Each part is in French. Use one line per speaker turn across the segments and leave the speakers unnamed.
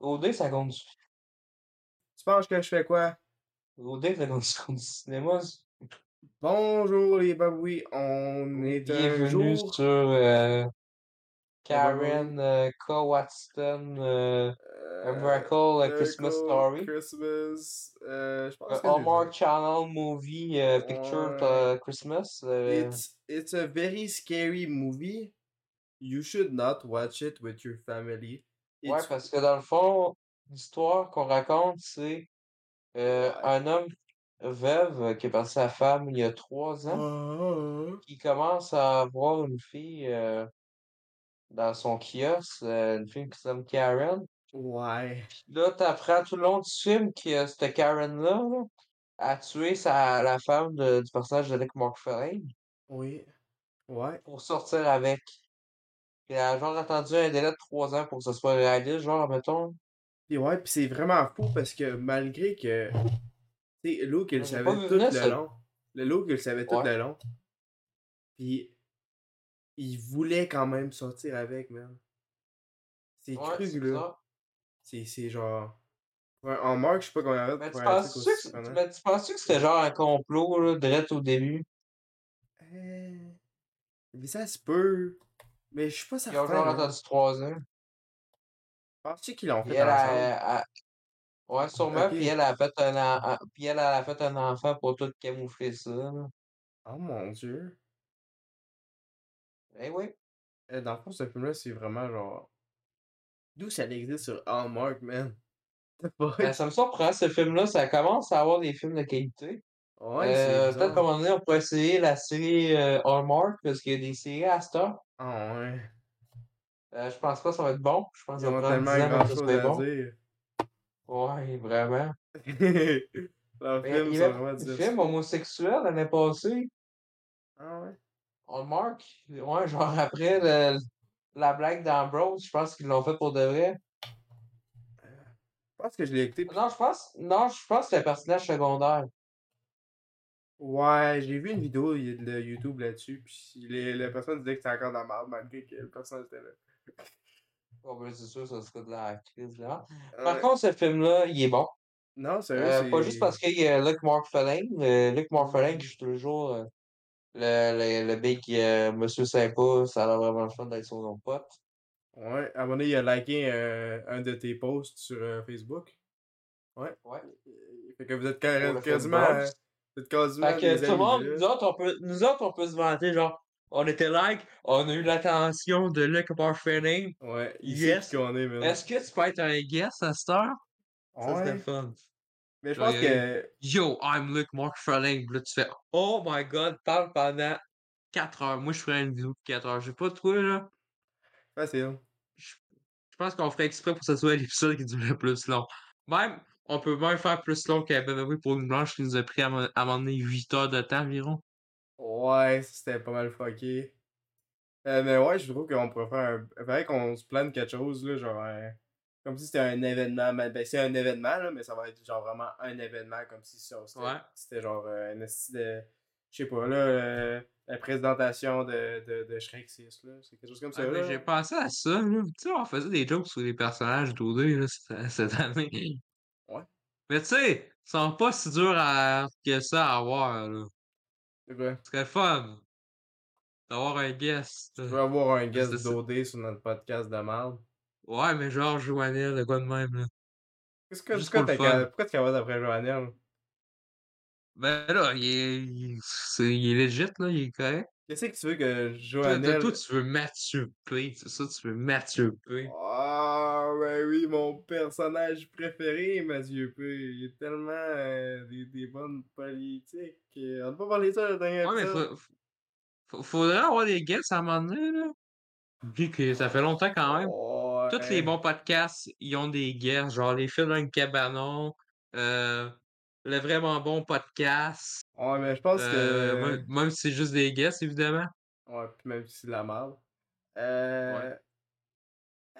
Au dé, ça compte.
Tu penses que je fais quoi?
Au dé, ça compte du cinéma.
Bonjour les babouis, on est un
Bienvenue
jour...
sur euh,
Bienvenue.
Karen euh, Cowatston euh, A
euh,
Miracle a Christmas
Miracle
Story.
Christmas... euh, je pense
A
que j'ai
Hallmark Channel Movie euh, Picture euh, Christmas.
dit.
euh,
It's, it's a very scary movie. You should not watch it with your family.
Ouais,
It's-
parce que dans le fond, l'histoire qu'on raconte, c'est euh,
Ouais.
un homme veuve qui a perdu sa femme il y a trois ans,
Ah,
qui commence à avoir une fille euh, dans son kiosque, euh, une fille qui s'appelle Karen.
Ouais.
Puis là, t'apprends tout le long du film que euh, cette Karen-là là, a tué sa, la femme de- du personnage de Rick Morfellin
Oui. Ouais.
pour sortir avec. Puis elle a genre attendu un délai de trois ans pour que ça soit réaliste, genre, mettons.
Et ouais, pis c'est vraiment fou parce que malgré que. Tu sais, Luke, il
Moi, j'ai
savait
pas vu
tout
venir, ça.
le long. Le Luke, il le savait tout
Ouais.
le long. Pis. Il voulait quand même sortir avec, man. C'est
Ouais,
cru,
c'est
là.
bizarre.
C'est c'est genre. pour un- En marque, je sais pas comment arrête
Mais tu
pour un truc
penses-tu que,
aussi.
c'est-
prenant.
mais tu penses-tu que c'était genre un complot, là, direct au début?
Euh, Mais ça se peut. Mais je suis pas
Ils ont genre
certain. hein.
attendu trois ans.
Penses-tu qu'ils l'ont
Puis
fait
elle
ensemble?
a, a- Ouais, sûrement.
Ah, Ok.
Puis elle a fait un, en- en- puis elle elle a fait un enfant pour tout camoufler ça. là.
Oh mon dieu.
Eh oui.
Euh, Dans le fond, ce film-là, c'est vraiment genre. D'où ça existe sur Hallmark, man? The fuck?
Ben, ça me surprend, ce film-là. Ça commence à avoir des films de qualité.
Ouais,
Euh,
c'est
peut-être
bizarre.
qu'à un moment donné, on pourrait essayer la série euh, Hallmark, parce qu'il y a des séries à cette heure.
Ah ouais.
Euh, je pense pas que ça va être bon. Je pense que ça
Ils
va
ont
prendre 10
tellement
ans
grand
avant que ça
chose
soit
à
bon.
dire.
Ouais, vraiment.
Leurs
Mais
films
Ben, il y
sont
avait
vraiment
un
diverses.
film homosexuel l'année passée.
Ah ouais?
On le marque. Ouais, genre après le- la blague d'Ambrose, je pense qu'ils l'ont fait pour de vrai.
Je pense que je l'ai écouté. puis-
Non, je pense, non, je pense que c'est un personnage secondaire.
Ouais, j'ai vu une vidéo y- de YouTube là-dessus. Puis les- la personne disait que c'était encore dans la merde, malgré que le personnage était là.
Bon, ben, c'est sûr, ça serait de la crise, là.
Ouais.
Par contre, ce film-là, il est bon.
Euh, Non, sérieux,
Euh,
c'est.
pas juste parce qu'il y a Luc Morfelin. Euh, Luc Morfelin, qui joue toujours euh, le, le, le big euh, monsieur sympa, ça a l'air vraiment le fun d'être son nom de pote.
Ouais, à un moment donné, il a liké euh, un de tes posts sur euh, Facebook. Ouais.
Ouais.
Euh, Fait que vous êtes
Pour
quasi-
le
quasiment.
football.
euh, Vous êtes quasiment.
Fait que
des
tout le
amis,
monde,
là.
nous autres, on peut, nous autres, on peut se vanter, genre, on était like, on a eu l'attention de Luc Morfelin.
Ouais, il
Yes.
sait qui on est, man.
Est-ce que tu peux être un guest à cette heure? Ça, c'est
Ouais.
le fun.
Mais je
Genre,
pense
il y a
que.
Yo, I'm Luke Mark Froling. Puis Là, tu fais Oh my god, parle pendant 4 heures. Moi, je ferais une vidéo de 4 heures. J'ai pas trouvé, là.
Facile.
Je je pense qu'on ferait exprès pour que ce soit l'épisode qui dure le plus long. Même, on peut même faire plus long qu'à BBB pour une blanche qui nous a pris à, mon- à un moment donné 8 heures de temps environ.
Ouais, ça, c'était pas mal fucké. Euh, mais ouais, je trouve qu'on pourrait faire un. Faudrait qu'on se plane quelque chose, là, genre. un- Comme si c'était un événement. mais- Ben, c'est un événement, là, mais ça va être genre vraiment un événement, comme si ça- c'était
Ouais.
c'était genre euh, un esti de. Je sais pas, là, euh, la présentation de, de, de Shrek 6, là. C'est hein. quelque chose comme ça,
Ah, ben,
là.
J'ai pensé à ça, là. Tu sais, on faisait des jokes sur les personnages d'OD là, cette, cette année.
Ouais.
Mais tu sais, ils sont pas si durs à... que ça à avoir, là.
C'est quoi?
Ce serait fun d'avoir un guest. euh,
Je veux avoir un guest
c'est ça.
d'OD sur notre podcast de merde.
Ouais, mais genre Joannel, de quoi de même, là.
Qu'est-ce que,
Juste
pourquoi
pour le
t'es
fun.
ca- pourquoi t'es capable d'après Joannel?
Ben là, il est, il, c'est- il est legit, là, il est correct.
Qu'est-ce que tu veux que
Toi, toi,
Joannel.
toi, tu veux Mathieu P, c'est ça, tu veux Mathieu P.
Ah, ben oui, mon personnage préféré, Mathieu P. Il est tellement euh, des, des bonnes politiques. Euh, On n'a pas parlé de ça la dernière
Ouais, mais
épisode.
fa- fa- faudrait avoir des guests à un moment donné, là. Vu que ça fait longtemps quand même.
Ouais.
Tous les bons podcasts, ils ont des guests, genre les films dans le cabanon, euh, le vraiment bon podcast,
Ouais, mais je pense
euh,
que.
même, même si c'est juste des guests, évidemment.
Ouais, puis même si c'est de la merde. Euh...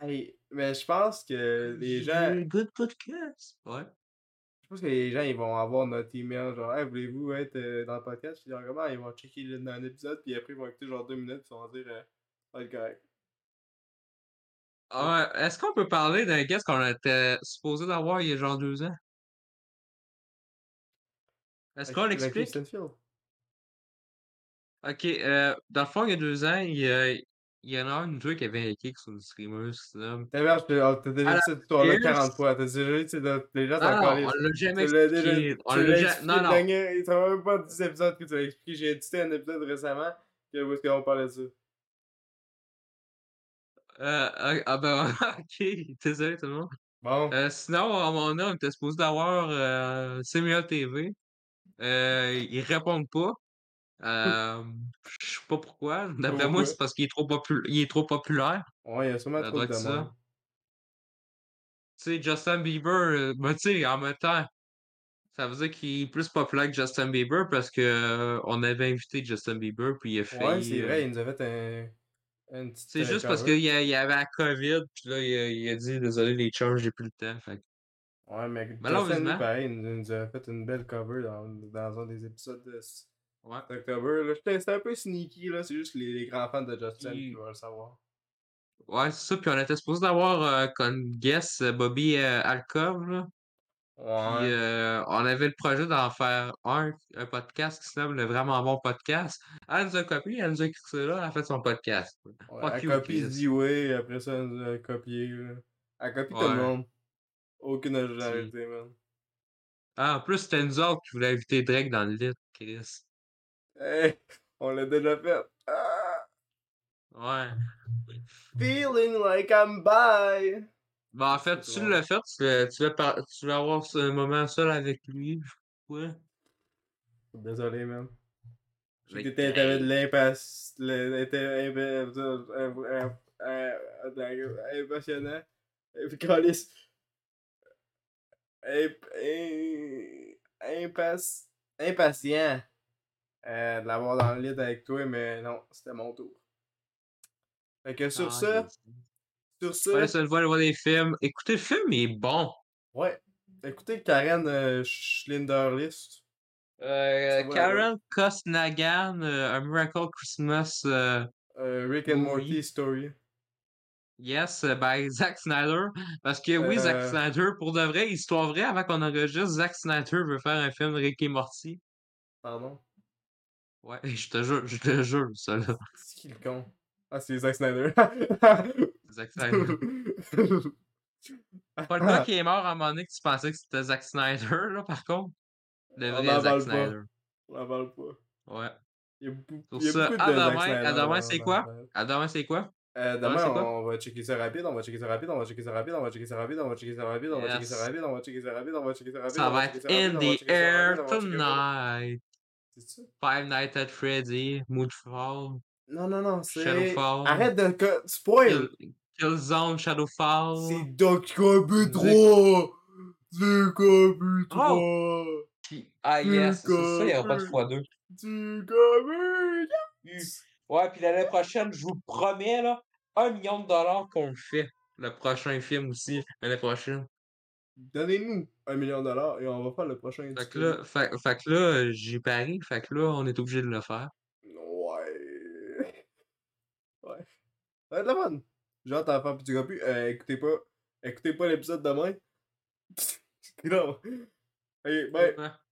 Hey, mais je pense que Euh, les gens.
J'ai Good podcast. Ouais.
Je pense que les gens, ils vont avoir notre email. Genre, hey, voulez-vous être euh, dans le podcast? Puis genre, comment? Ils vont checker le- dans l'épisode, puis après, ils vont écouter genre deux minutes, puis ils vont dire, euh, ça va être correct.
Ah, Est-ce qu'on peut parler d'un guest qu'on était supposé d'avoir il y a genre deux ans?
Ah,
Est-ce qu'on
Avec- avec
l'explique?
Justin Field.
Ok, euh, dans le fond, il y a deux ans, il y, a- il y en a un ou deux qui avait un kick sur une streamer. sinon.
T'as merde, je te- oh, t'as déjà dit cette histoire-là
yes.
40 fois. T'as déjà dit, tu sais, de- les gens
Ah
t'en
non,
collent.
on l'a jamais
Tu l'as déjà-
expliqué. On
tu
l'a
l'as
ja-
expliqué
Non,
le
non.
dernier- Ça fait même pas 10 épisodes que tu l'as expliqué. J'ai édité un épisode récemment que, où est-ce qu'on parlait de ça.
Euh, ah- ah ben, ok, désolé tout le monde.
Bon.
Euh, sinon, à un moment donné, on était supposé d'avoir euh, Samuel TV. Euh, ils répondent pas. Euh, je sais pas pourquoi. D'après moi,
Hum. Pourquoi?
c'est parce qu'il est trop popul- il est trop populaire.
Ouais, il y a sûrement
ça
trop
doit
de
être ça.
demandes.
Tu sais, Justin Bieber, euh, ben, tu sais, en même temps, ça veut dire qu'il est plus populaire que Justin Bieber parce que euh, on avait invité Justin Bieber, puis il a fait.
Ouais, c'est vrai, il nous a fait un. euh, Une petite
C'est juste parce qu'il y, a- il y avait la COVID, puis là, il a, il a dit désolé les chums, j'ai plus le temps. Fait que-
Ouais, mais Justin,
Malheureusement.
lui, pareil, il nous, il nous a fait une belle cover dans, dans un des épisodes de s-
ouais.
d'octobre. là. C'était c'était un peu sneaky, là. C'est juste les, les grands fans de Justin
Il-
qui vont le savoir.
Ouais, c'est ça. Puis on était supposé d'avoir euh, comme guest euh, Bobby euh, Alcove, là. Puis,
Ouais.
euh, on avait le projet d'en faire un, un podcast qui se nomme le vraiment bon podcast. Elle nous a copié, elle nous a écrit ça là, elle a fait son podcast.
ouais,
fuck
elle
you,
copie
Chris.
D-Way, après ça, elle nous a copié. Là. Elle copie tout
Ouais.
le monde. Aucune originalité, man.
Ah, en plus, c'était nous autres qui voulaient inviter Drake dans le lit, Chris.
Hey, on l'a déjà fait. Ah,
Ouais.
feeling like I'm by.
Ben, en fait,
C'est
tu
drôle.
l'as fait, tu l'as- tu l'as par- tu voulais avoir ce moment seul avec lui. Ouais.
Désolé, man. J'ai
Avec
T'étais t'avais de
Drake.
l'impasse. le- t'étais impa- euh, euh, euh, de la- Impationnant. Et puis, câlisse. Imp- im- Impasse. Impatient. euh, de l'avoir dans le lit avec toi, mais non, c'était mon tour. Fait que sur
Ah,
ça, sur ça.
Ouais, ça le voit, aller voir des films. Écoutez, le film il est bon.
Ouais. Écoutez, Karen euh, Schlinderlist.
Euh,
Tu vois,
Karen Kostnagan, euh, A Miracle Christmas, euh,
euh, Rick and
Oui.
Morty Story.
Yes, euh, by Zack Snyder. Parce que oui, Zack
Euh.
Snyder, pour de vrai, histoire vraie, avant qu'on enregistre, Zack Snyder veut faire un film Rick et Morty.
Pardon.
Ouais, je te jure, je te jure, ça là.
C'est qui le con? Ah, c'est Zack Snyder.
Zack Snyder. Pas le gars qui est mort à un moment donné que tu pensais que c'était Zack Snyder, là, par contre. Le
On
vrai
n'en
Zack
parle pas.
Snyder.
On n'en parle pas.
Ouais.
Il y a
Sur
beaucoup, il y a
ça,
beaucoup de
à
Zack
demain,
Snyder
à demain,
dans-
c'est
dans
quoi?
la planète.
À demain, c'est quoi?
Euh,
Demain,
demain,
c'est quoi?
on va checker ça rapide, on va checker ça rapide, on va checker ça rapide, on va checker ça rapide, on va checker ça rapide, on va checker
Yes.
ça rapide, on va checker ça rapide, on va checker ça rapide.
Ça
on
va
checker
être
ça
in
rapide, on va
the
checker ça rapide,
air
on va checker ça rapide.
tonight.
C'est ça?
Five Nights at Freddy, Moodfall,
Non, non, non, c'est.
Shadowfall.
Arrête de. co- Spoil!
Kill- Killzone, Shadowfall.
C'est Docabut 3!
Oh!
Docabut 3!
Puis- Ah
yes, c'est ça,
il
il y aura pas de
fois deux.
Docabut!
Ouais, puis l'année prochaine, je vous promets, là, un million de dollars qu'on le fait. Le prochain film aussi, l'année prochaine.
Donnez-nous un million de dollars et on va faire le prochain.
Fait que
tuto.
là, fait, fait que là euh, j'ai parié, fait que là, on est obligé de le faire.
Ouais. Ouais. Ça va être la fun. Genre, t'as fait petit copu. Euh, écoutez pas. Écoutez pas l'épisode demain. non. Ok, bye.
Ouais.